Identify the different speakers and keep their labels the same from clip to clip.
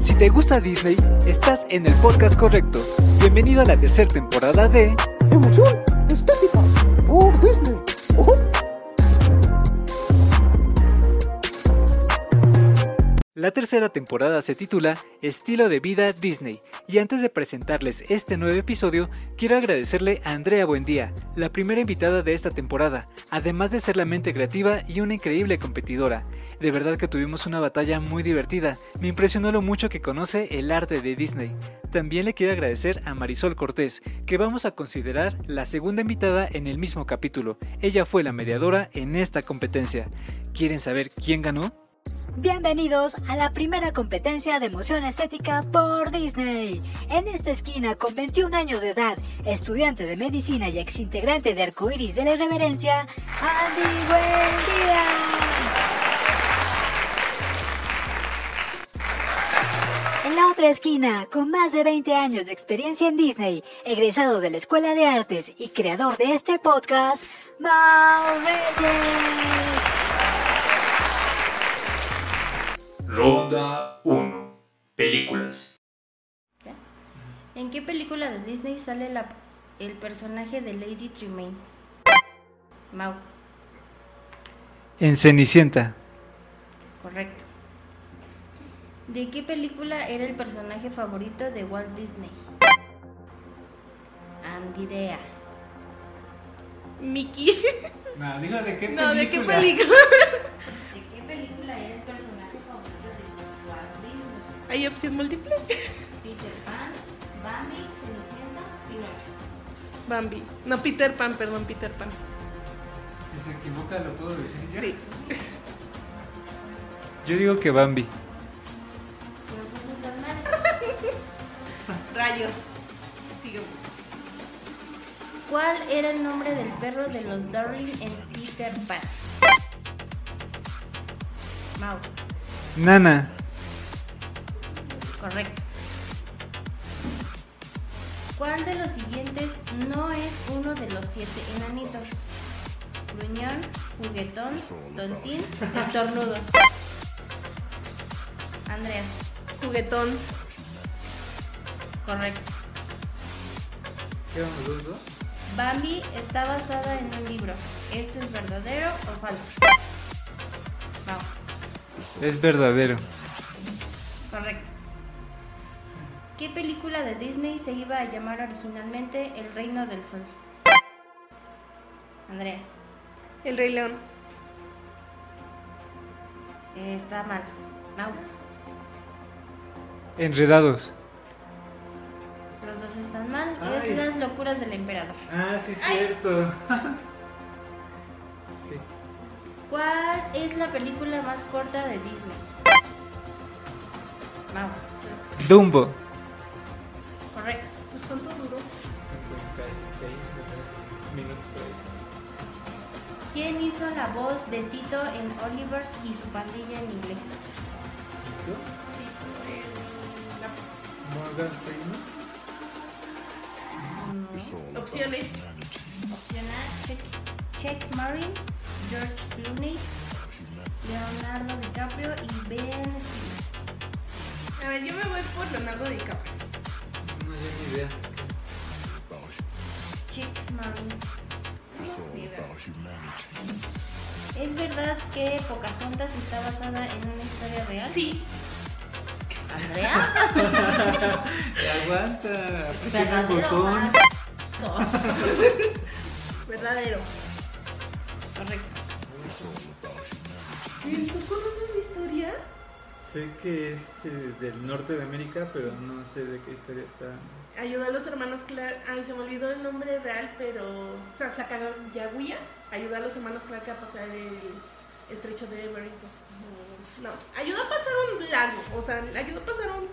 Speaker 1: Si te gusta Disney, estás en el podcast correcto. Bienvenido a la tercera temporada de
Speaker 2: Emoción estética por Disney. Ujú.
Speaker 1: La tercera temporada se titula Estilo de vida Disney y antes de presentarles este nuevo episodio quiero agradecerle a Andrea Buendía, la primera invitada de esta temporada, además de ser la mente creativa y una increíble competidora. De verdad que tuvimos una batalla muy divertida, me impresionó lo mucho que conoce el arte de Disney. También le quiero agradecer a Marisol Cortés, que vamos a considerar la segunda invitada en el mismo capítulo. Ella fue la mediadora en esta competencia. ¿Quieren saber quién ganó?
Speaker 3: Bienvenidos a la primera competencia de emoción estética por Disney. En esta esquina, con 21 años de edad, estudiante de medicina y exintegrante de Arcoiris de la Irreverencia, Andy Buendía. En la otra esquina, con más de 20 años de experiencia en Disney, egresado de la Escuela de Artes y creador de este podcast, Mau Reyes.
Speaker 4: Ronda 1. Películas.
Speaker 5: ¿En qué película de Disney sale la- el personaje de Lady Tremaine? Mau,
Speaker 1: En Cenicienta.
Speaker 5: correcto. ¿De qué película era el personaje favorito de Walt Disney? Andrea.
Speaker 6: Mickey.
Speaker 1: No, digo de qué
Speaker 6: No, ¿de qué película?
Speaker 5: ¿De qué película era el personaje favorito de Walt Disney?
Speaker 6: ¿Hay opción múltiple?
Speaker 5: Peter Pan, Bambi, Cenicienta, Pinocho.
Speaker 6: Bambi. No, Peter Pan, perdón, Peter Pan.
Speaker 1: Si se equivoca, ¿lo puedo decir yo?
Speaker 6: Sí.
Speaker 1: Yo digo que Bambi.
Speaker 6: Rayos. Sigue.
Speaker 5: ¿Cuál era el nombre del perro de los Darling en Peter Pan? Mau,
Speaker 1: Nana.
Speaker 5: correcto. ¿Cuál de los siguientes no es uno de los siete enanitos? Gruñón, juguetón, tontín, estornudo. Andrea,
Speaker 6: Juguetón.
Speaker 5: correcto. Bambi está basada en un libro. ¿Esto es verdadero o falso? Mau.
Speaker 1: Es verdadero.
Speaker 5: Correcto. ¿Qué película de Disney se iba a llamar originalmente El Reino del Sol? Andrea,
Speaker 6: El Rey León.
Speaker 5: eh, está mal. Mau,
Speaker 1: Enredados.
Speaker 5: los dos están mal.
Speaker 1: Ay.
Speaker 5: Es Las locuras del emperador.
Speaker 1: Ah, sí, es cierto.
Speaker 5: ¿Cuál es la película más corta de Disney? Mau,
Speaker 1: Dumbo.
Speaker 5: correcto. ¿Quién hizo la voz de Tito en Oliver y su pandilla en inglés?
Speaker 6: Opciones.
Speaker 5: Opción A, Check, Check Marin, George Clooney, Leonardo DiCaprio y Ben Stiller.
Speaker 6: A ver, yo me voy por Leonardo DiCaprio.
Speaker 5: Check Marin. ¿Es verdad que Pocahontas está basada en una historia real?
Speaker 6: Sí.
Speaker 5: ¿Andrea?
Speaker 1: Aguanta. Presiona el
Speaker 5: ¿Verdadero?
Speaker 1: botón.
Speaker 5: o falso?
Speaker 6: Verdadero.
Speaker 5: Correcto.
Speaker 6: ¿Tú conoces la historia?
Speaker 7: Sé que es eh, del norte de América, pero no sé de qué historia está.
Speaker 6: Ayudó a los hermanos Clark. Ay, se me olvidó el nombre real, pero. O sea, Sacagayaguya. Ayudó a los hermanos Clark a pasar el estrecho de Bering. No, ayudó a pasar un lago. O sea, le ayudó a pasar un,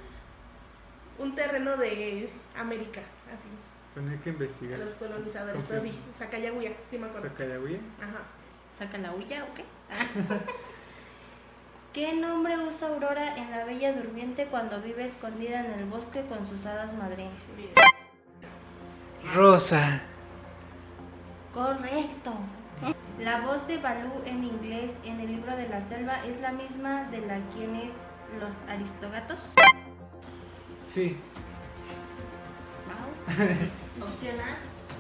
Speaker 6: un terreno de América. Así,
Speaker 7: Bueno, hay que
Speaker 6: a
Speaker 7: investigar.
Speaker 6: los colonizadores. Pero sí, Sacagayaguya, sí me acuerdo.
Speaker 7: Sacayagüe.
Speaker 6: Ajá.
Speaker 5: ¿Saca la huya o qué? ¿Qué nombre usa Aurora en La Bella Durmiente cuando vive escondida en el bosque con sus hadas madrinas?
Speaker 1: Rosa.
Speaker 5: Correcto. La voz de Balú en inglés en el libro de la selva es la misma de la quien es los aristogatos.
Speaker 1: Sí.
Speaker 5: Mau. Opción A,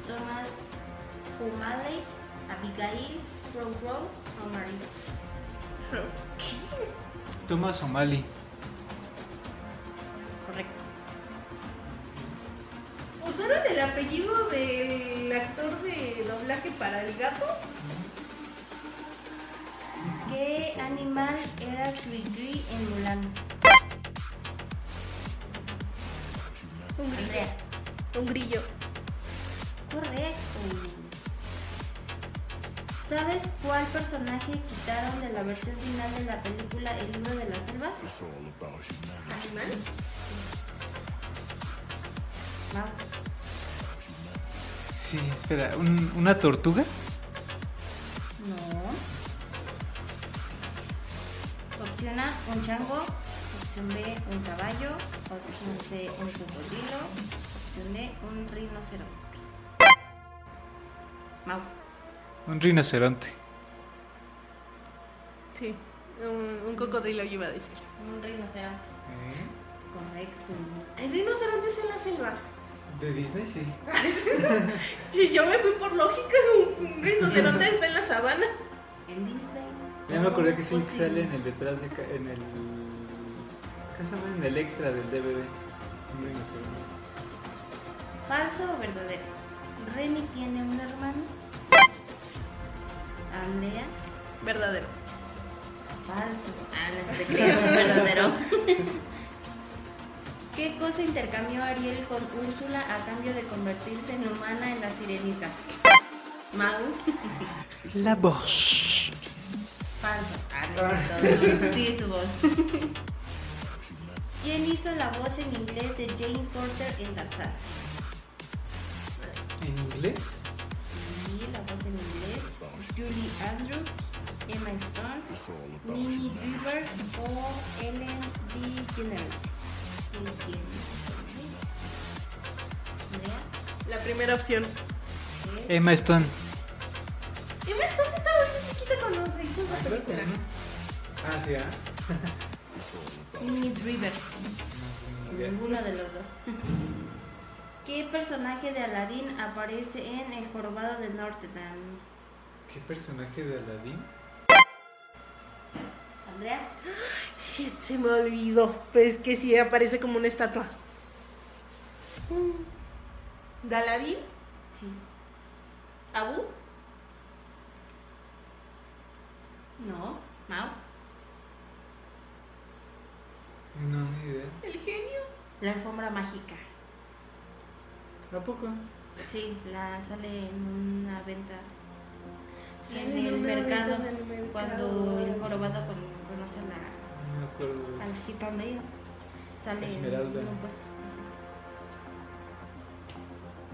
Speaker 5: Thomas O'Malley, Abigail Rowrow o Marie.
Speaker 8: Thomas O'Malley.
Speaker 5: Correcto.
Speaker 6: ¿Usaron el apellido del actor de doblaje para el gato?
Speaker 5: ¿Qué animal era Grigri en Mulan?
Speaker 6: Un grillo.
Speaker 5: Idea.
Speaker 6: Un grillo.
Speaker 5: Correcto. ¿Sabes cuál personaje quitaron de la versión final de la película El libro de la selva?
Speaker 6: ¿Animal?
Speaker 5: Mau.
Speaker 8: Sí, espera, ¿un- ¿una tortuga?
Speaker 5: No. Opción A, un chango. Opción B, un caballo. Opción C, un cocodrilo. Opción D, un rinoceronte. Mau.
Speaker 8: Un rinoceronte.
Speaker 6: Sí. Un, un cocodrilo yo iba a decir.
Speaker 5: Un rinoceronte.
Speaker 1: ¿Eh?
Speaker 5: Correcto.
Speaker 6: ¿Hay rinocerontes en la selva?
Speaker 1: ¿De Disney? Sí.
Speaker 6: Si yo me fui por lógica, un rinoceronte está en la sabana.
Speaker 5: En Disney. Pues
Speaker 1: Ya me acordé que sí
Speaker 6: Pues
Speaker 1: que
Speaker 5: ¿Cómo es
Speaker 1: sale en
Speaker 5: posible?
Speaker 1: el detrás de. ca- En el. ¿Qué se llama? En el extra del DVD. Un rinoceronte.
Speaker 5: ¿Falso o verdadero? Remy tiene un hermano. Andrea.
Speaker 6: Verdadero.
Speaker 5: Falso. Ah, no te creas, es verdadero. ¿Qué cosa intercambió Ariel con Úrsula a cambio de convertirse en humana en la sirenita? Mau.
Speaker 8: La voz.
Speaker 5: Falso. Ah, no es cierto. Sí, su voz. ¿Quién hizo la voz en inglés de Jane Porter en Tarzán?
Speaker 1: ¿En inglés?
Speaker 5: Sí, la voz en inglés. Julie Andrews, Emma Stone, Minnie Rivers o Ellen DeGeneres. DeGeneres.
Speaker 6: La primera opción.
Speaker 5: Andrea,
Speaker 8: Emma Stone.
Speaker 6: Emma Stone estaba bien chiquita cuando se hizo esa
Speaker 1: Creo que
Speaker 6: película.
Speaker 1: no. Ah, sí, ah.
Speaker 5: es Minnie Rivers.
Speaker 1: Muy bien.
Speaker 5: Ninguno de los dos. ¿Qué personaje de Aladdin aparece en El Jorobado de Notre Dame?
Speaker 1: ¿Qué personaje de Aladdin?
Speaker 5: Andrea.
Speaker 6: Shit, se me olvidó. Pues que sí, aparece como una estatua. ¿Daladín?
Speaker 5: Sí.
Speaker 6: ¿Abu?
Speaker 5: No. Mau.
Speaker 1: No, ni idea.
Speaker 6: ¿El genio?
Speaker 5: La alfombra mágica.
Speaker 1: ¿A poco?
Speaker 5: Sí, la sale en una venta.
Speaker 6: Sí,
Speaker 5: en el
Speaker 6: no me
Speaker 5: mercado.
Speaker 6: acuerdo del mercado.
Speaker 5: Cuando
Speaker 6: Pues,
Speaker 5: el jorobado con- conoce a la,
Speaker 1: No me acuerdo de
Speaker 5: al
Speaker 1: eso.
Speaker 5: gitano de ella, sale
Speaker 1: Esmeralda.
Speaker 5: en un puesto.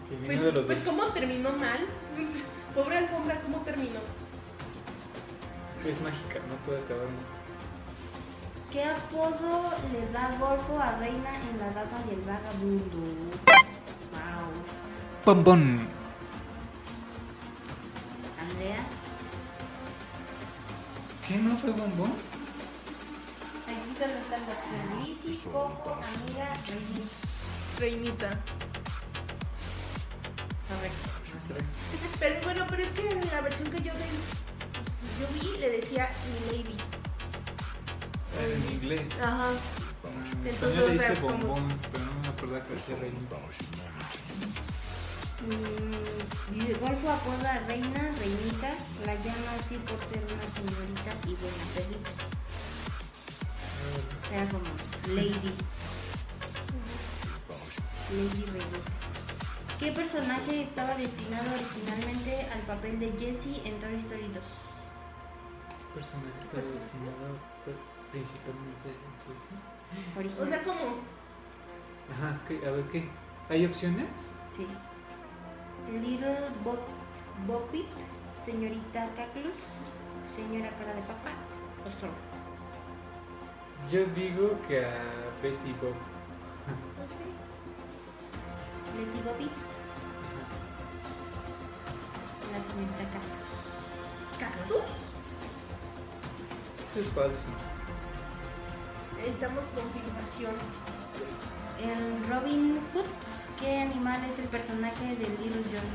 Speaker 1: Que ninguno de
Speaker 6: Pues,
Speaker 1: los
Speaker 6: pues
Speaker 1: dos.
Speaker 6: ¿cómo terminó mal? Pobre alfombra, ¿cómo terminó?
Speaker 1: Es mágica, no puede acabar. ¿no?
Speaker 5: ¿Qué apodo le da Golfo a Reina en La Dama y el Vagabundo? Wow.
Speaker 8: Bombón.
Speaker 5: Andrea.
Speaker 1: ¿Qué no fue bombón?
Speaker 5: Aquí solo está la opción Lizzy, Coco, Amiga, Reina.
Speaker 6: Reinita.
Speaker 5: Correcto.
Speaker 6: Pero bueno, pero es que en la versión que yo, de- yo vi le decía Lady.
Speaker 1: En inglés.
Speaker 6: Ajá.
Speaker 1: Ah,
Speaker 6: Entonces,
Speaker 1: yo le
Speaker 6: o sea,
Speaker 1: hice
Speaker 6: como-
Speaker 1: bombón, pero no me acordaba que decía Reina.
Speaker 5: Mm, Dice, Golfo apoda a Reina, Reinita, la llama así por ser una señorita y buena perrita. O sea, como Lady. Lady Reinita. ¿Qué personaje estaba destinado originalmente al papel de Jessie en Toy Story 2?
Speaker 1: Personaje está
Speaker 6: Personaje.
Speaker 1: destinado pr- principalmente a que sí.
Speaker 6: O
Speaker 5: Original.
Speaker 6: sea, como
Speaker 1: Ajá, ¿qué? a ver qué. ¿Hay opciones?
Speaker 5: Sí. Little Bob, Boppy, señorita Caclus, señora cara de papá o Zorro.
Speaker 1: Yo digo que a Betty Bob.
Speaker 5: Lady Bobby,
Speaker 1: Ajá.
Speaker 5: la señorita Cactus.
Speaker 6: cactus.
Speaker 1: Eso es falso.
Speaker 6: Eh, necesitamos confirmación.
Speaker 5: En Robin Hood, ¿qué animal es el personaje de Little John?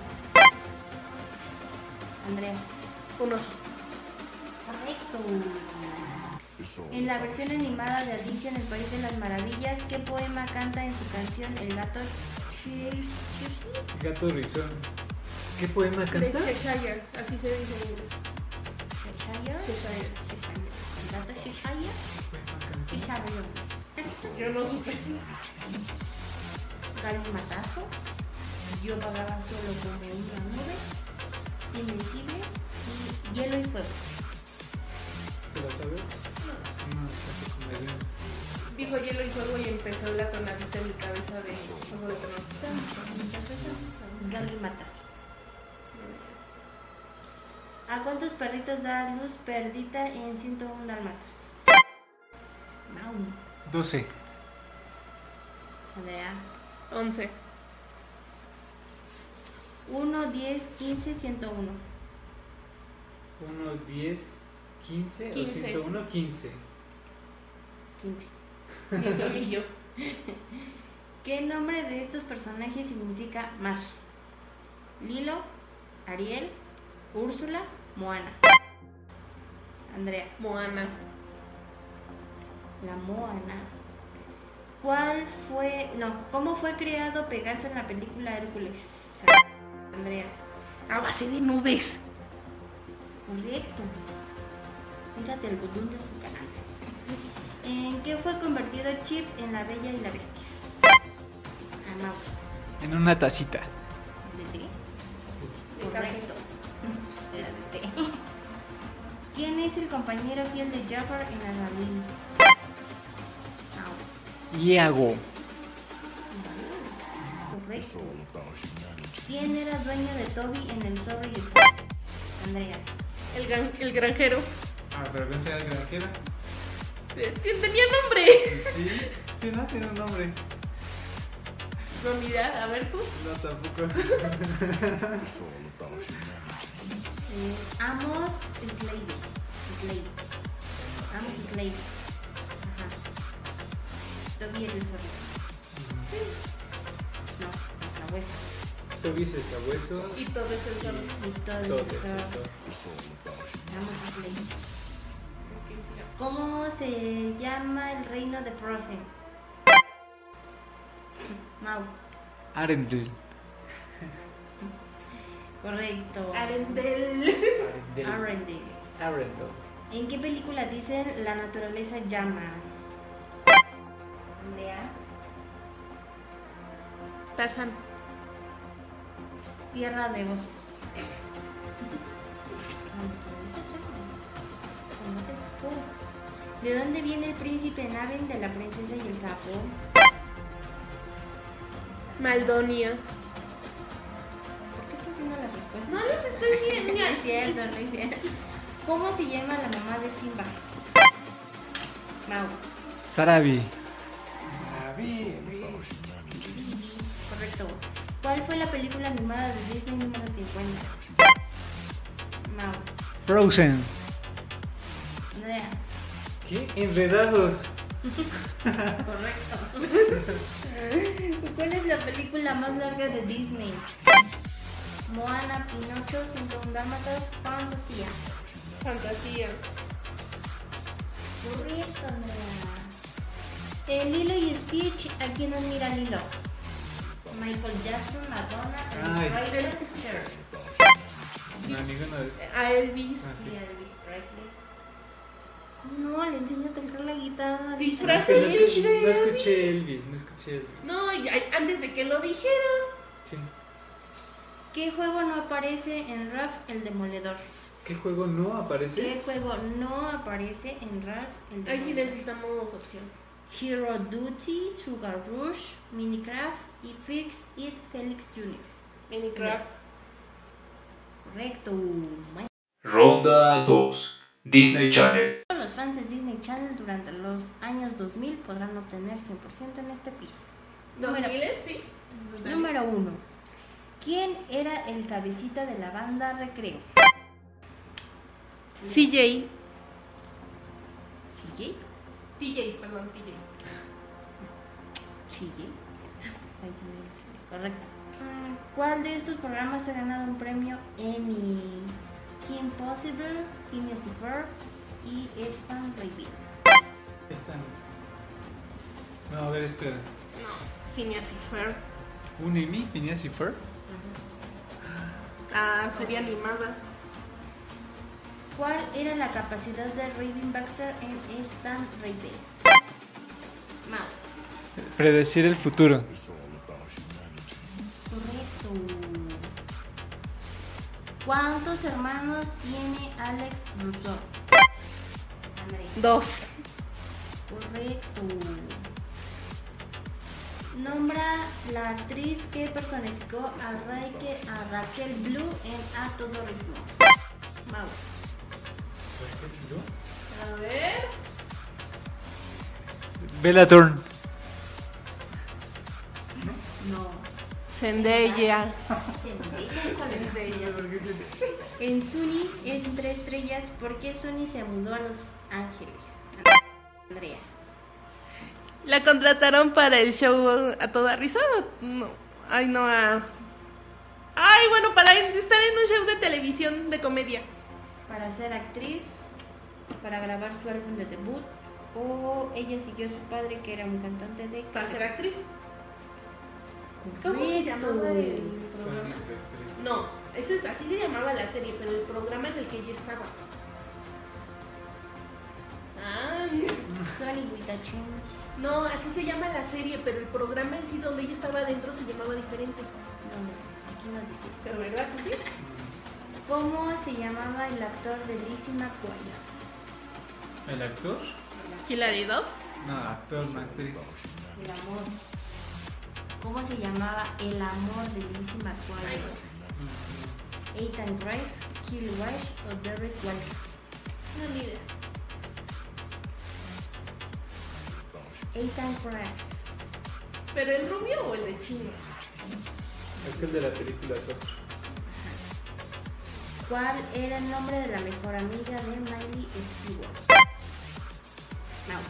Speaker 5: Andrea.
Speaker 6: Un oso.
Speaker 5: Correcto. En la versión animada de Alicia en el País de las Maravillas, ¿qué poema canta en su canción El gato Chir- Chirri?
Speaker 1: Gato Rizón. ¿Qué poema
Speaker 6: De
Speaker 1: canta?
Speaker 6: Cheshire, así se dice en inglés.
Speaker 5: Cheshire?
Speaker 6: Cheshire.
Speaker 5: Cheshire. ¿El gato Cheshire? Cheshire.
Speaker 6: Yo no supe.
Speaker 5: Galimatazo. Yo pagaba solo con una nube. Invencible. Y hielo y fuego.
Speaker 1: ¿Te la sabes? No, tampoco me veo.
Speaker 6: Dijo hielo y fuego y empezó la tonadita en mi cabeza de Juego de Tronos.
Speaker 5: Galimatazo. ¿A cuántos perritos da a luz perdita en 101 dálmatas? Mau.
Speaker 1: 12.
Speaker 5: Andrea.
Speaker 6: 11.
Speaker 5: 1, 10, 15, 101.
Speaker 1: 1, 10, 15, o
Speaker 6: 15.
Speaker 1: 101, 15.
Speaker 5: 15.
Speaker 6: Mi tomillo.
Speaker 5: ¿Qué nombre de estos personajes significa mar? Lilo, Ariel, Úrsula, Moana. Andrea,
Speaker 6: Moana.
Speaker 5: la Moana. ¿Cuál fue, no, cómo fue creado Pegaso en la película Hércules? Andrea,
Speaker 6: Ah, A base de nubes.
Speaker 5: correcto. Mírate el botón de Ah, su canal. ¿En qué fue convertido Chip en la Bella y la Bestia? Amado,
Speaker 8: En una tacita.
Speaker 5: de ti.
Speaker 1: Sí.
Speaker 5: Correcto. ¿Quién es el compañero fiel de Jafar en Aladdin? Ah,
Speaker 8: Iago.
Speaker 5: correcto. ¿Quién era dueño de Toby en El Zorro y el Sapo? Andrea.
Speaker 6: El, gran, el granjero.
Speaker 1: Ah, pero ¿quién sea el granjero?
Speaker 6: Eh, Tenía nombre.
Speaker 1: Sí, sí, no tiene un nombre.
Speaker 6: No, mira, a ver tú.
Speaker 1: No, tampoco.
Speaker 5: Eh, Amos Slade. Slade. Amos Slade. Ajá. Toby en El Zorro. No, el sabueso.
Speaker 1: Toby es el sabueso
Speaker 6: Y todo es el zorro.
Speaker 5: Y todo el
Speaker 1: todo es
Speaker 5: Zorro.
Speaker 1: eso.
Speaker 5: Amos Slade. ¿Cómo se llama el reino de Frozen? Mau,
Speaker 8: Arendelle.
Speaker 6: Ah,
Speaker 5: correcto.
Speaker 6: Arendel.
Speaker 1: Arendelle.
Speaker 5: Arendelle.
Speaker 1: Arendelle.
Speaker 5: ¿En qué película dicen la naturaleza llama? Lea.
Speaker 6: Tarzan.
Speaker 5: Tierra de osos. ¿De dónde viene el príncipe Navin de la princesa y el sapo?
Speaker 6: Maldonia.
Speaker 5: ¿Por qué estás viendo la respuesta?
Speaker 6: No los estoy viendo.
Speaker 5: No es cierto, no es cierto. ¿Cómo se llama la mamá de Simba? Mau.
Speaker 8: Sarabi.
Speaker 5: Correcto. ¿Cuál fue la película animada de Disney número 50? Mau.
Speaker 8: Frozen.
Speaker 5: Andrea.
Speaker 1: ¿Qué? Enredados.
Speaker 5: Correcto. ¿Cuál es la película más larga de Disney? Moana, Pinocho, 101 Dálmatas, Fantasía.
Speaker 6: Fantasía.
Speaker 5: Correcto, Andrea. Eh, Lilo y Stitch, ¿a quién admira Lilo? Michael Jackson, Madonna,
Speaker 1: Ay.
Speaker 5: Elvis Presley.
Speaker 1: No, ninguno de
Speaker 6: A Elvis.
Speaker 1: Ah,
Speaker 5: Sí,
Speaker 1: sí.
Speaker 5: Elvis Presley. No, le enseño a tocar la guitarra.
Speaker 1: Es
Speaker 6: Disfraz.
Speaker 1: que no,
Speaker 6: Elvis
Speaker 1: escuché,
Speaker 6: de
Speaker 1: no escuché
Speaker 6: Elvis.
Speaker 1: Elvis, no escuché Elvis.
Speaker 6: No, y- ay, antes de que lo dijera.
Speaker 1: Sí.
Speaker 5: ¿Qué juego no aparece en Ralph el Demoledor?
Speaker 1: ¿Qué juego no aparece?
Speaker 5: ¿Qué juego no aparece en Ralph el
Speaker 6: Ahí sí
Speaker 5: Demoledor?
Speaker 6: necesitamos opción.
Speaker 5: Hero Duty, Sugar Rush, Minicraft y Fix It Felix Jr.
Speaker 6: Minecraft.
Speaker 5: Correcto. Bueno,
Speaker 4: Ronda 2. Disney Channel.
Speaker 5: Los fans de Disney Channel durante los años 2000 podrán obtener 100% en este quiz.
Speaker 6: ¿Dos
Speaker 5: Número-
Speaker 6: miles? Sí. Dale.
Speaker 5: Número 1. ¿Quién era el cabecita de la banda Recreo?
Speaker 6: CJ.
Speaker 5: ¿CJ?
Speaker 6: TJ, perdón, TJ.
Speaker 5: Chile. Ay, Ah, también lo sé. Correcto. Ah, ¿Cuál de estos programas ha ganado un premio Emmy? Kim Possible, Phineas y Ferb y Stan Baby.
Speaker 1: Esta. No, a ver, espera.
Speaker 6: No, Phineas y Ferb.
Speaker 1: ¿Un Emmy? ¿Phineas y Ferb?
Speaker 6: Ah, sería animada.
Speaker 5: ¿Cuál era la capacidad de Raven Baxter en Stan Baby? Mau.
Speaker 1: Predecir el futuro.
Speaker 5: Correcto. ¿Cuántos hermanos tiene Alex Rousseau? André.
Speaker 6: Dos.
Speaker 5: Correcto. Nombra la actriz que personificó a, Raike- a Raquel Blue en A Todo Ritmo. Mau.
Speaker 6: A ver.
Speaker 1: Bella Thorne.
Speaker 5: No.
Speaker 6: Zendaya.
Speaker 5: Zendaya En Sunny en tres estrellas, ¿por qué Sunny se mudó a Los Ángeles? Andrea.
Speaker 6: ¿La contrataron para el show a toda risa o no? Ay, no, a... Ay, bueno, para estar en un show de televisión de comedia.
Speaker 5: Para ser actriz, para grabar su álbum de debut, o ella siguió a su padre que era un cantante de cabaret.
Speaker 6: actriz? ¿Cómo se llamaba el programa?
Speaker 1: Silvestre.
Speaker 6: No, ese es, así se llamaba la serie, pero el programa en el que ella estaba. Ay,
Speaker 5: Sunny with a Chance.
Speaker 6: no, así se llama la serie, pero el programa en sí donde ella estaba adentro se llamaba diferente.
Speaker 5: No lo sé, aquí no dice eso.
Speaker 6: Pero verdad que sí.
Speaker 5: ¿Cómo se llamaba el actor de Lizzie McGuire?
Speaker 1: ¿El actor?
Speaker 6: Hilary Duff.
Speaker 1: No, actor, no actriz.
Speaker 5: El amor. ¿Cómo se llamaba el amor de Lizzie McGuire? Ethan Drake, Kill Rush o Derek Walker.
Speaker 6: No, ni idea.
Speaker 5: Ethan Drake.
Speaker 6: ¿Pero el rubio o el de chinos?
Speaker 1: Es que el de la película es otro.
Speaker 5: ¿Cuál era el nombre de la mejor amiga de Miley Stewart? No.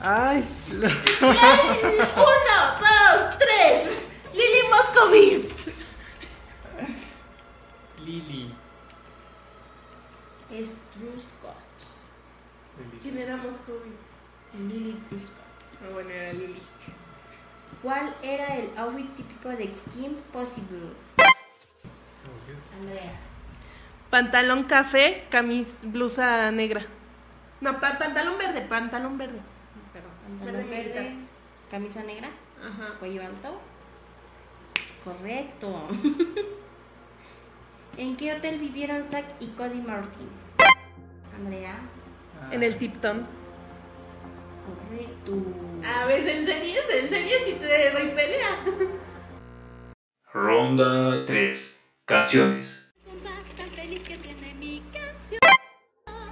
Speaker 1: ¡Ay!
Speaker 6: ¡Uno, dos, tres! ¡Lily Moscovitz!
Speaker 1: Lily.
Speaker 5: Es Drew Scott.
Speaker 6: ¿Quién era Moscovitz?
Speaker 5: Lily Drew Scott.
Speaker 6: No, Ah, bueno, era Lily.
Speaker 5: ¿Cuál era el outfit típico de Kim Possible? Andrea.
Speaker 6: Pantalón café, camis, blusa negra. No, pa- pantalón verde, pantalón verde. Perdón,
Speaker 5: Pantalón verde, camisa negra,
Speaker 6: Ajá.
Speaker 5: cuello alto. Correcto. ¿En qué hotel vivieron Zack y Cody Martin? Andrea.
Speaker 6: En el Tipton.
Speaker 5: Correcto.
Speaker 6: A ver, ¿en serio? ¿En serio si te doy pelea?
Speaker 4: Ronda 3. Canciones.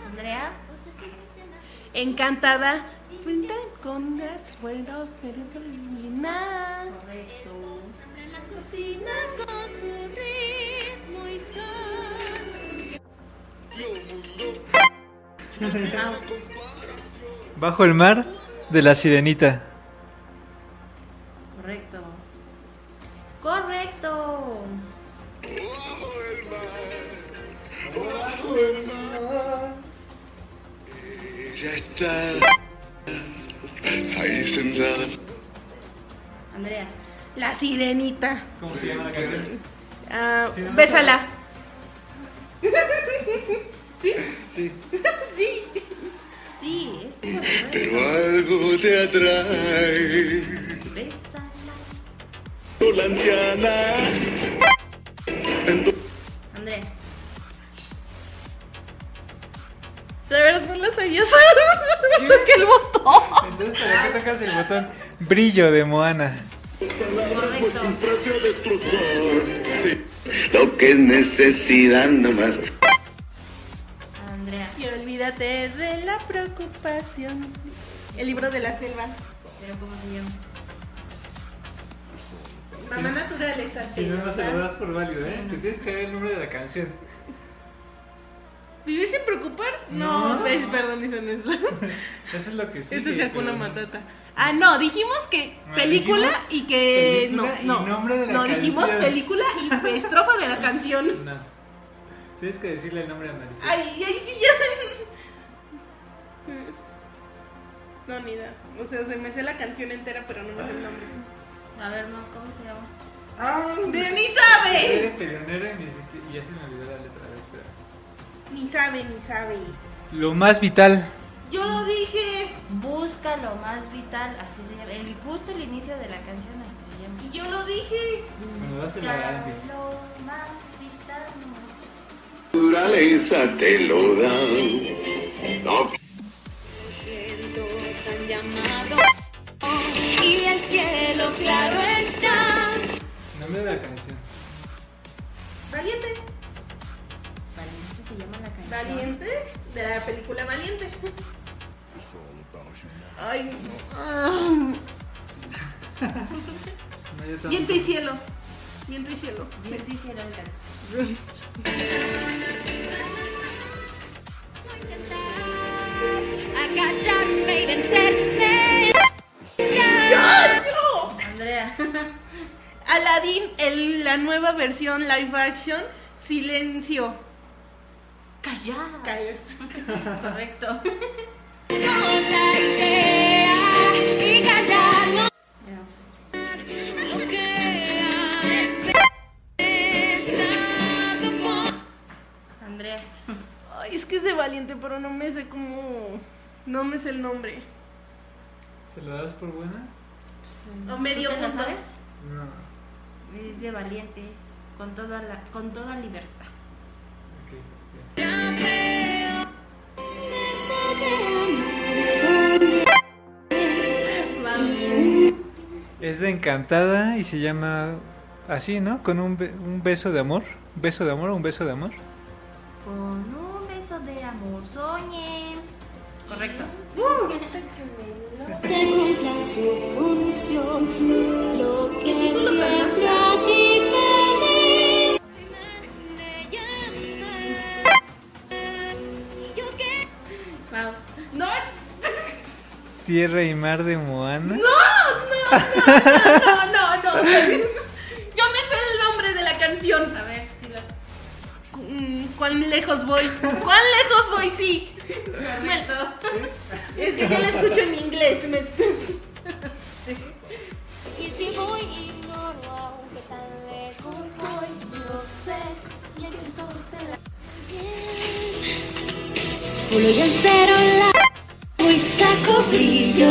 Speaker 5: Andrea.
Speaker 6: Encantada. Cuenta con las buenas, pero nada.
Speaker 5: Correcto.
Speaker 1: Bajo el mar de la sirenita.
Speaker 5: Correcto. Correcto.
Speaker 9: Ya está. Ahí sentada.
Speaker 5: Andrea.
Speaker 6: La sirenita.
Speaker 1: ¿Cómo se llama la canción?
Speaker 6: Ah,
Speaker 1: Sí, no,
Speaker 6: bésala.
Speaker 1: Sí.
Speaker 5: Sí, es correcto.
Speaker 9: Pero algo te atrae.
Speaker 5: Bésala.
Speaker 9: Tú la anciana.
Speaker 5: Andrea.
Speaker 6: De verdad no lo sabía. Solo toqué el botón.
Speaker 1: Entonces, ¿para qué tocas el botón? Brillo de Moana.
Speaker 9: Por su frase a destrozarte. Lo que es necesidad nomás.
Speaker 5: Andrea.
Speaker 6: Y olvídate de la preocupación. El libro de la selva.
Speaker 5: Pero ¿cómo se llama?
Speaker 6: Mamá naturaleza.
Speaker 1: Si no, no se lo
Speaker 6: ¿verdad?
Speaker 1: das por válido, ¿eh? Te tienes que saber el nombre de la canción.
Speaker 6: ¿Vivir sin preocupar? No,
Speaker 1: No.
Speaker 6: pues, perdón, eso no es la...
Speaker 1: Eso es lo que sí. Ah,
Speaker 6: Eso es Hakuna Matata. Ah, no, dijimos que película
Speaker 1: dijimos
Speaker 6: y que...
Speaker 1: película
Speaker 6: no,
Speaker 1: y
Speaker 6: no.
Speaker 1: nombre de la
Speaker 6: no, dijimos
Speaker 1: canción.
Speaker 6: película y pues, estrofa de la canción.
Speaker 1: No. Tienes que decirle el nombre a Marisol.
Speaker 6: Ay, ay, sí, ya... No, ni idea. O sea, se me sé la canción entera, pero no me sé el nombre.
Speaker 5: A ver, no, ¿cómo se llama?
Speaker 1: Ay,
Speaker 6: De-
Speaker 1: me-
Speaker 6: ¡Ni sabe!
Speaker 1: Eres peleonero y ni siquiera- y ya se me olvidó la letra. A ver, espera.
Speaker 6: Ni sabe, ni sabe.
Speaker 8: Lo más vital.
Speaker 6: Yo lo dije.
Speaker 5: Busca lo más vital, así se llama. El, justo el inicio de la canción, así se llama.
Speaker 6: Yo lo dije.
Speaker 1: Bueno, dásela a
Speaker 5: Busca
Speaker 1: Ángel.
Speaker 5: lo más vital.
Speaker 9: naturaleza te lo da. No
Speaker 10: Oh, Y el cielo claro está.
Speaker 1: Nombre de la canción.
Speaker 6: Valiente.
Speaker 5: Valiente se llama la canción.
Speaker 6: Valiente. De la película Valiente. Ay,
Speaker 1: No, yo tampoco.
Speaker 6: Viento y cielo. Viento y cielo.
Speaker 5: Bien te hicieron la-
Speaker 10: Acallarme y vencerme.
Speaker 5: Andrea.
Speaker 6: Aladdin, el- la nueva versión live action, silencio.
Speaker 5: Callada.
Speaker 6: Calles.
Speaker 5: Correcto.
Speaker 10: Con la idea y callarnos.
Speaker 5: Ya, vamos a-
Speaker 10: Lo que ha pensado por
Speaker 5: Andrea.
Speaker 6: Ay, es que es de valiente, pero no me sé cómo. No me sé el nombre.
Speaker 1: ¿Se la das por buena?
Speaker 6: O
Speaker 5: ¿Tú
Speaker 6: medio
Speaker 5: te la
Speaker 6: punto.
Speaker 5: sabes?
Speaker 1: No.
Speaker 5: Es de valiente, con toda, la, con toda libertad.
Speaker 1: Ok, ok. Es de Encantada y se llama así, ¿no? Con un, be- un beso de amor. ¿Beso de amor o un beso de amor?
Speaker 5: Con un beso de amor soñé. Correcto.
Speaker 10: se cumpla su función, lo que siempre a ti feliz. Me llama, yo que
Speaker 5: Pau.
Speaker 6: No,
Speaker 1: Tierra y mar de Moana.
Speaker 6: no, no, no. Yo me sé el nombre de la canción.
Speaker 5: A ver, dilo.
Speaker 6: Mm, ¿Cuán lejos voy? ¿Cuán lejos voy? Sí. Me- Es que yo la escucho en inglés. me-
Speaker 10: y si voy ignoro aunque tan lejos voy, yo sé que entonces la Pulo y el cero la muy saco brillo.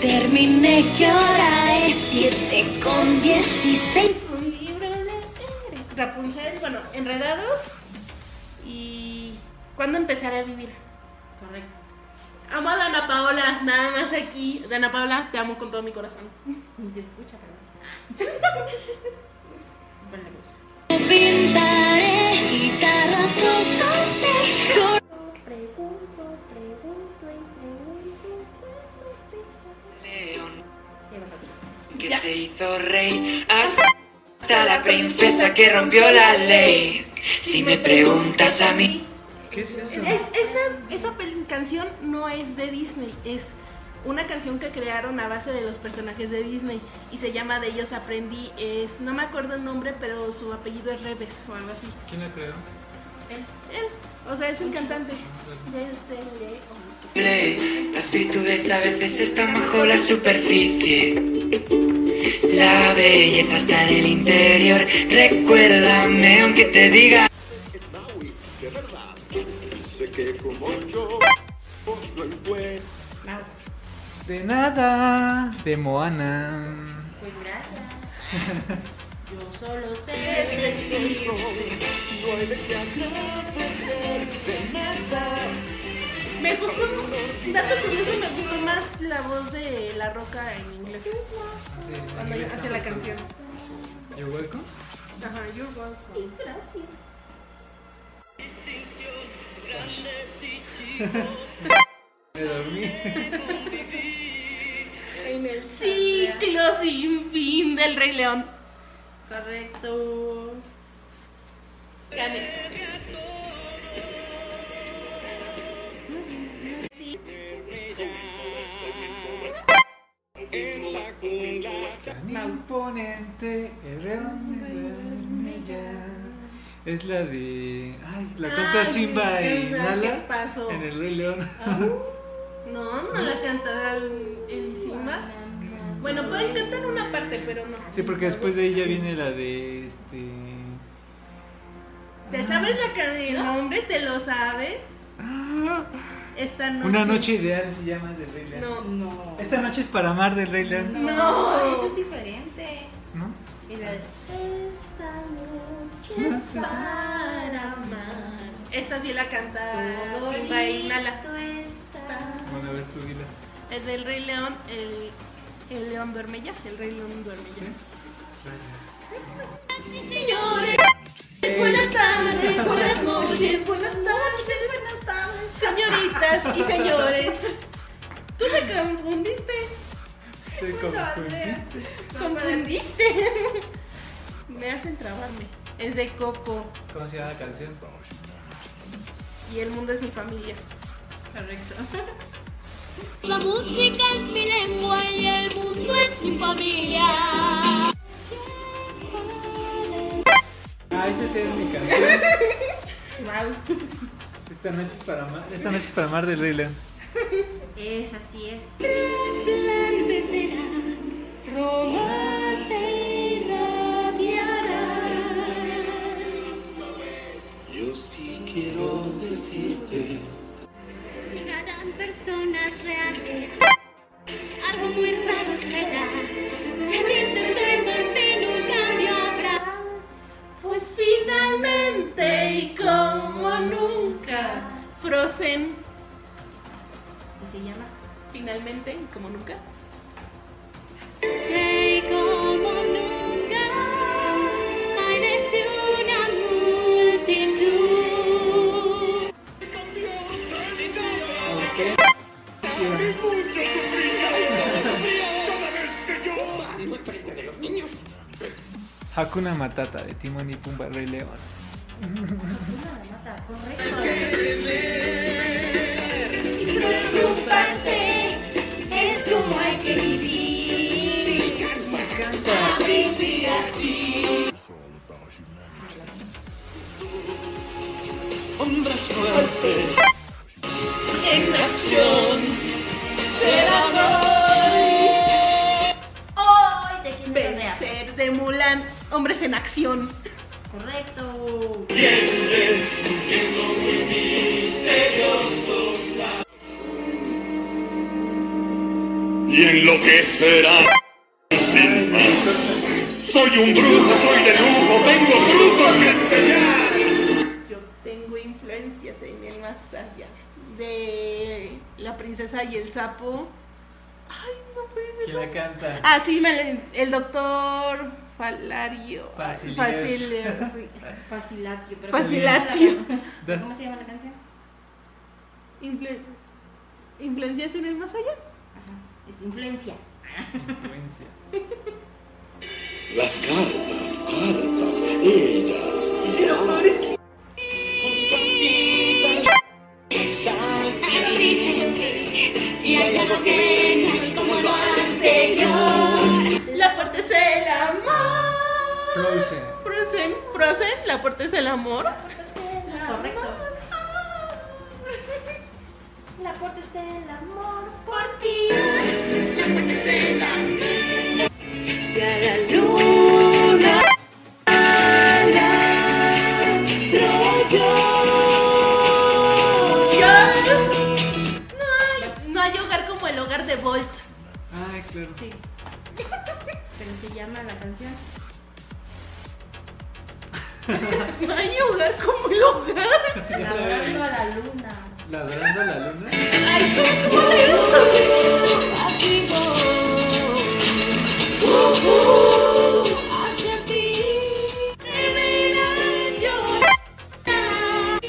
Speaker 10: Terminé que ahora es 7 con 16.
Speaker 6: Rapunzel, bueno, enredados. Y. ¿Cuándo empezaré a vivir?
Speaker 5: Correcto.
Speaker 6: Amo a Dana Paola, nada más aquí. Dana Paola, te amo con todo mi corazón.
Speaker 5: Ni te escucha, perdón. Bueno, le gusta.
Speaker 10: Pintaré, guitarra tocante, con
Speaker 11: que se hizo rey hasta la princesa que rompió la ley. Si me preguntas a mí,
Speaker 1: ¿Qué es eso?
Speaker 6: Es- esa esa pel- canción no es de Disney, es una canción que crearon a base de los personajes de Disney y se llama De ellos aprendí. Es, no me acuerdo el nombre, pero su apellido es Reves o algo así.
Speaker 1: ¿Quién la creó?
Speaker 6: Él, o sea, es el cantante. Desde le- o que sea.
Speaker 11: le- las virtudes a veces están bajo la superficie. La belleza está en el interior. Recuérdame aunque te diga.
Speaker 9: es Maui, de verdad. Sé que como yo lo encuentro.
Speaker 5: Mau.
Speaker 1: De nada. De Moana.
Speaker 5: Pues gracias. Yo solo sé decir.
Speaker 9: No hay de qué agradecer de nada.
Speaker 6: Me gustó, dato curioso, me gustó más la voz de La Roca en inglés.
Speaker 1: Sí, en
Speaker 6: Cuando
Speaker 1: inglés
Speaker 6: hace la
Speaker 1: está mejor.
Speaker 6: canción.
Speaker 1: ¿You're welcome?
Speaker 6: Ajá, you're welcome.
Speaker 1: Me dormí.
Speaker 5: En el
Speaker 6: Ciclo sin fin del Rey León.
Speaker 5: Correcto.
Speaker 6: Gané.
Speaker 1: imponente, herrero Es la de. Ay, la canta
Speaker 6: Ay,
Speaker 1: Simba y
Speaker 6: ¿verdad? ¿Qué
Speaker 1: Nala
Speaker 6: pasó?
Speaker 1: en el Rey León.
Speaker 6: No, no la cantará el, el Simba. Bueno, pueden cantar una parte, pero no.
Speaker 1: Sí, porque después de ella viene la de. Este.
Speaker 6: ¿Te sabes la ca- el nombre? ¿Te lo sabes? Esta noche.
Speaker 1: Ah. Una noche ideal se llama del Rey León.
Speaker 6: No.
Speaker 5: No.
Speaker 1: Esta noche es para amar del Rey León.
Speaker 5: No,
Speaker 6: No.
Speaker 5: eso es diferente.
Speaker 1: ¿No?
Speaker 5: Y la de esta
Speaker 1: Sí,
Speaker 5: noche
Speaker 1: sí,
Speaker 5: es
Speaker 1: sí.
Speaker 5: para amar.
Speaker 6: Esa sí la canta
Speaker 5: Todo
Speaker 6: Simba y Nala.
Speaker 5: listo está.
Speaker 1: Bueno, a ver tú, Vila.
Speaker 6: El del Rey León, el, el León duerme ya. El Rey León duerme ya.
Speaker 5: Señores, buenas tardes, buenas noches, buenas noches, buenas tardes,
Speaker 6: Señoritas y señores, tú me confundiste.
Speaker 1: Te confundiste.
Speaker 6: Confundiste. Me hacen trabarme. Es de Coco
Speaker 1: ¿Cómo se llama la canción?
Speaker 6: y el mundo es mi familia. Correcto.
Speaker 10: La música es mi lengua y el mundo es mi familia.
Speaker 1: Ah, esa sí es mi canción.
Speaker 6: Wow.
Speaker 1: Esta noche es para amar. Esta noche es para amar del Rey León.
Speaker 5: Es así es.
Speaker 9: Yo sí quiero decirte.
Speaker 10: Llegarán personas reales. Algo muy raro será. Feliz estoy por fin un cambio habrá.
Speaker 6: Pues finalmente y como nunca, Frozen.
Speaker 5: Y se llama
Speaker 6: Finalmente y como nunca.
Speaker 10: Que como nunca hay de una multitud.
Speaker 1: Ok. Hakuna Matata de Timón y Pumba Rey León.
Speaker 5: una mata, correcto.
Speaker 10: Preocuparse es como hay que vivir. A vivir así.
Speaker 5: Hoy te quiero rodear.
Speaker 6: Vencer de Mulan. Hombres en acción.
Speaker 5: Correcto.
Speaker 9: Y enloquecerá sin más. Soy un brujo, soy de lujo, tengo trucos que enseñar.
Speaker 6: Yo tengo influencias en el más allá. De la princesa y el sapo. Ay, no puede ser.
Speaker 1: ¿Quién la canta?
Speaker 6: Ah, sí, me la- el doctor Falario.
Speaker 1: Facilier.
Speaker 6: Facilier, sí.
Speaker 5: Facilatio. pero
Speaker 6: Facilatio.
Speaker 5: ¿cómo- ¿Cómo se llama la canción?
Speaker 6: Influ- ¿Influencias en el más allá?
Speaker 5: Es influencia.
Speaker 1: Influencia.
Speaker 9: Las cartas, cartas, ellas dirán.
Speaker 6: La puerta es el amor.
Speaker 1: Frozen.
Speaker 6: Frozen, Frozen, la puerta es el amor.
Speaker 5: Correcto. La puerta es el amor por ti.
Speaker 6: Yo- No hay, no hay hogar como el hogar de Bolt.
Speaker 1: Ay, claro.
Speaker 5: Sí. Pero se llama la canción.
Speaker 6: No hay hogar como el hogar.
Speaker 5: Labrando a la luna.
Speaker 1: Ladrando a la luna.
Speaker 6: Ay, ¿cómo, cómo le gusta?
Speaker 10: Hacia ti terminan llorar y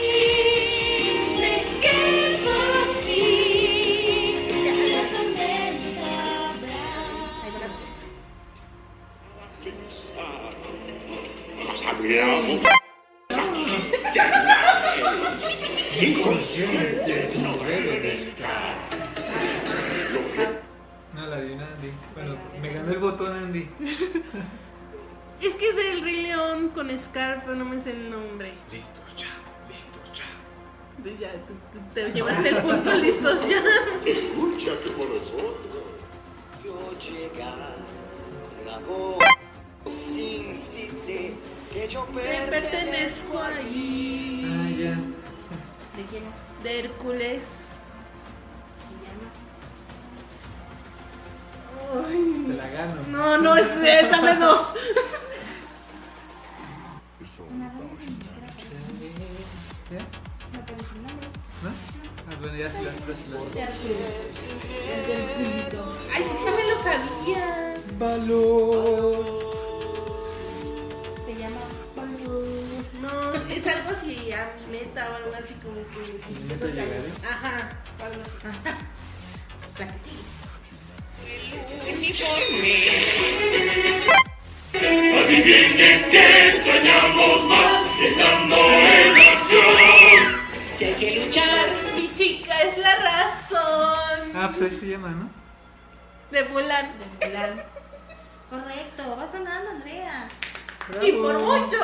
Speaker 10: me quedo aquí. Ya la tormenta habrá.
Speaker 9: Nos hablamos. Inconscientes no deben estar.
Speaker 1: No, la de una de Bueno, me ganó el botón, Andy.
Speaker 6: Es que es el Rey León con Scar, pero no me sé el nombre.
Speaker 9: Listo, ya, listo, ya.
Speaker 6: Pues Ya, tú- tú- te, llevaste el punto, listos ya.
Speaker 9: Escucha tu corazón.
Speaker 2: Yo llegar la voz sin cese que yo
Speaker 6: Te pertenezco ahí.
Speaker 1: Ah, ya.
Speaker 5: ¿De quién es?
Speaker 6: De Hércules.
Speaker 5: Se llama.
Speaker 6: Ay,
Speaker 1: Te la gano.
Speaker 6: no, no, es dame dos.
Speaker 5: Nada más ni siquiera aparece.
Speaker 1: ¿Ya?
Speaker 5: No aparece el nombre.
Speaker 1: ¿No? Ah, bueno, ya se la ya se la-
Speaker 5: De Hércules. Es del culito.
Speaker 6: Ay, sí, sí me lo sabía.
Speaker 5: Se llama.
Speaker 6: No, es algo así a mi meta o algo así como que.
Speaker 1: Mi meta eh? llegaré.
Speaker 6: Ajá, o algo así.
Speaker 5: La que sigue.
Speaker 9: Adivinen que extrañamos más estando en acción.
Speaker 2: Si hay que luchar,
Speaker 6: Mi chica es la razón.
Speaker 1: Ah, pues ahí se llama, ¿no?
Speaker 6: De Mulan.
Speaker 5: De Mulan. Correcto, vas ganando, Andrea.
Speaker 6: Y por mucho.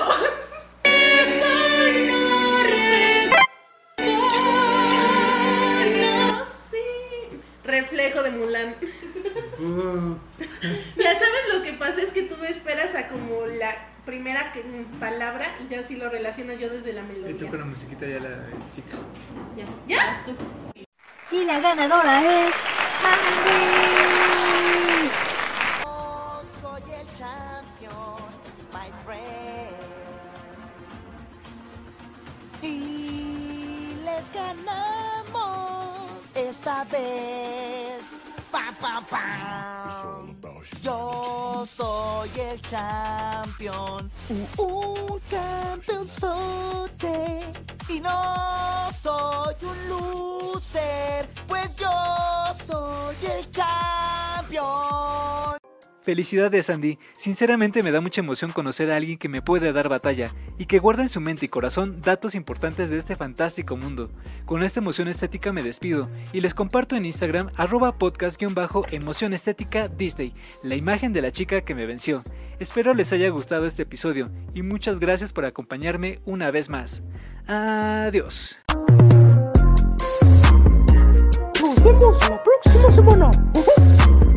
Speaker 6: No sé. Reflejo de Mulan.
Speaker 1: Uh,
Speaker 6: Ya sabes lo que pasa es que tú me esperas a como la primera que- palabra y yo sí lo relaciono yo desde la
Speaker 1: y tú
Speaker 6: melodía.
Speaker 1: con la musiquita ya la identificas.
Speaker 6: Ya. ¿Ya?
Speaker 3: Y la ganadora es. Andy.
Speaker 2: yo soy el champion, my friend. Y les ganamos esta vez. Pam, pam, pam. Yo soy el champion, uh, un campeonzote. Y no soy un loser, pues yo soy el champion.
Speaker 8: Felicidades Andy, sinceramente me da mucha emoción conocer a alguien que me puede dar batalla y que guarda en su mente y corazón datos importantes de este fantástico mundo. Con esta emoción estética me despido y les comparto en Instagram arroba podcast-emoción estética Disney, la imagen de la chica que me venció. Espero les haya gustado este episodio y muchas gracias por acompañarme una vez más. Adiós.
Speaker 12: Nos vemos la próxima semana. Ujú.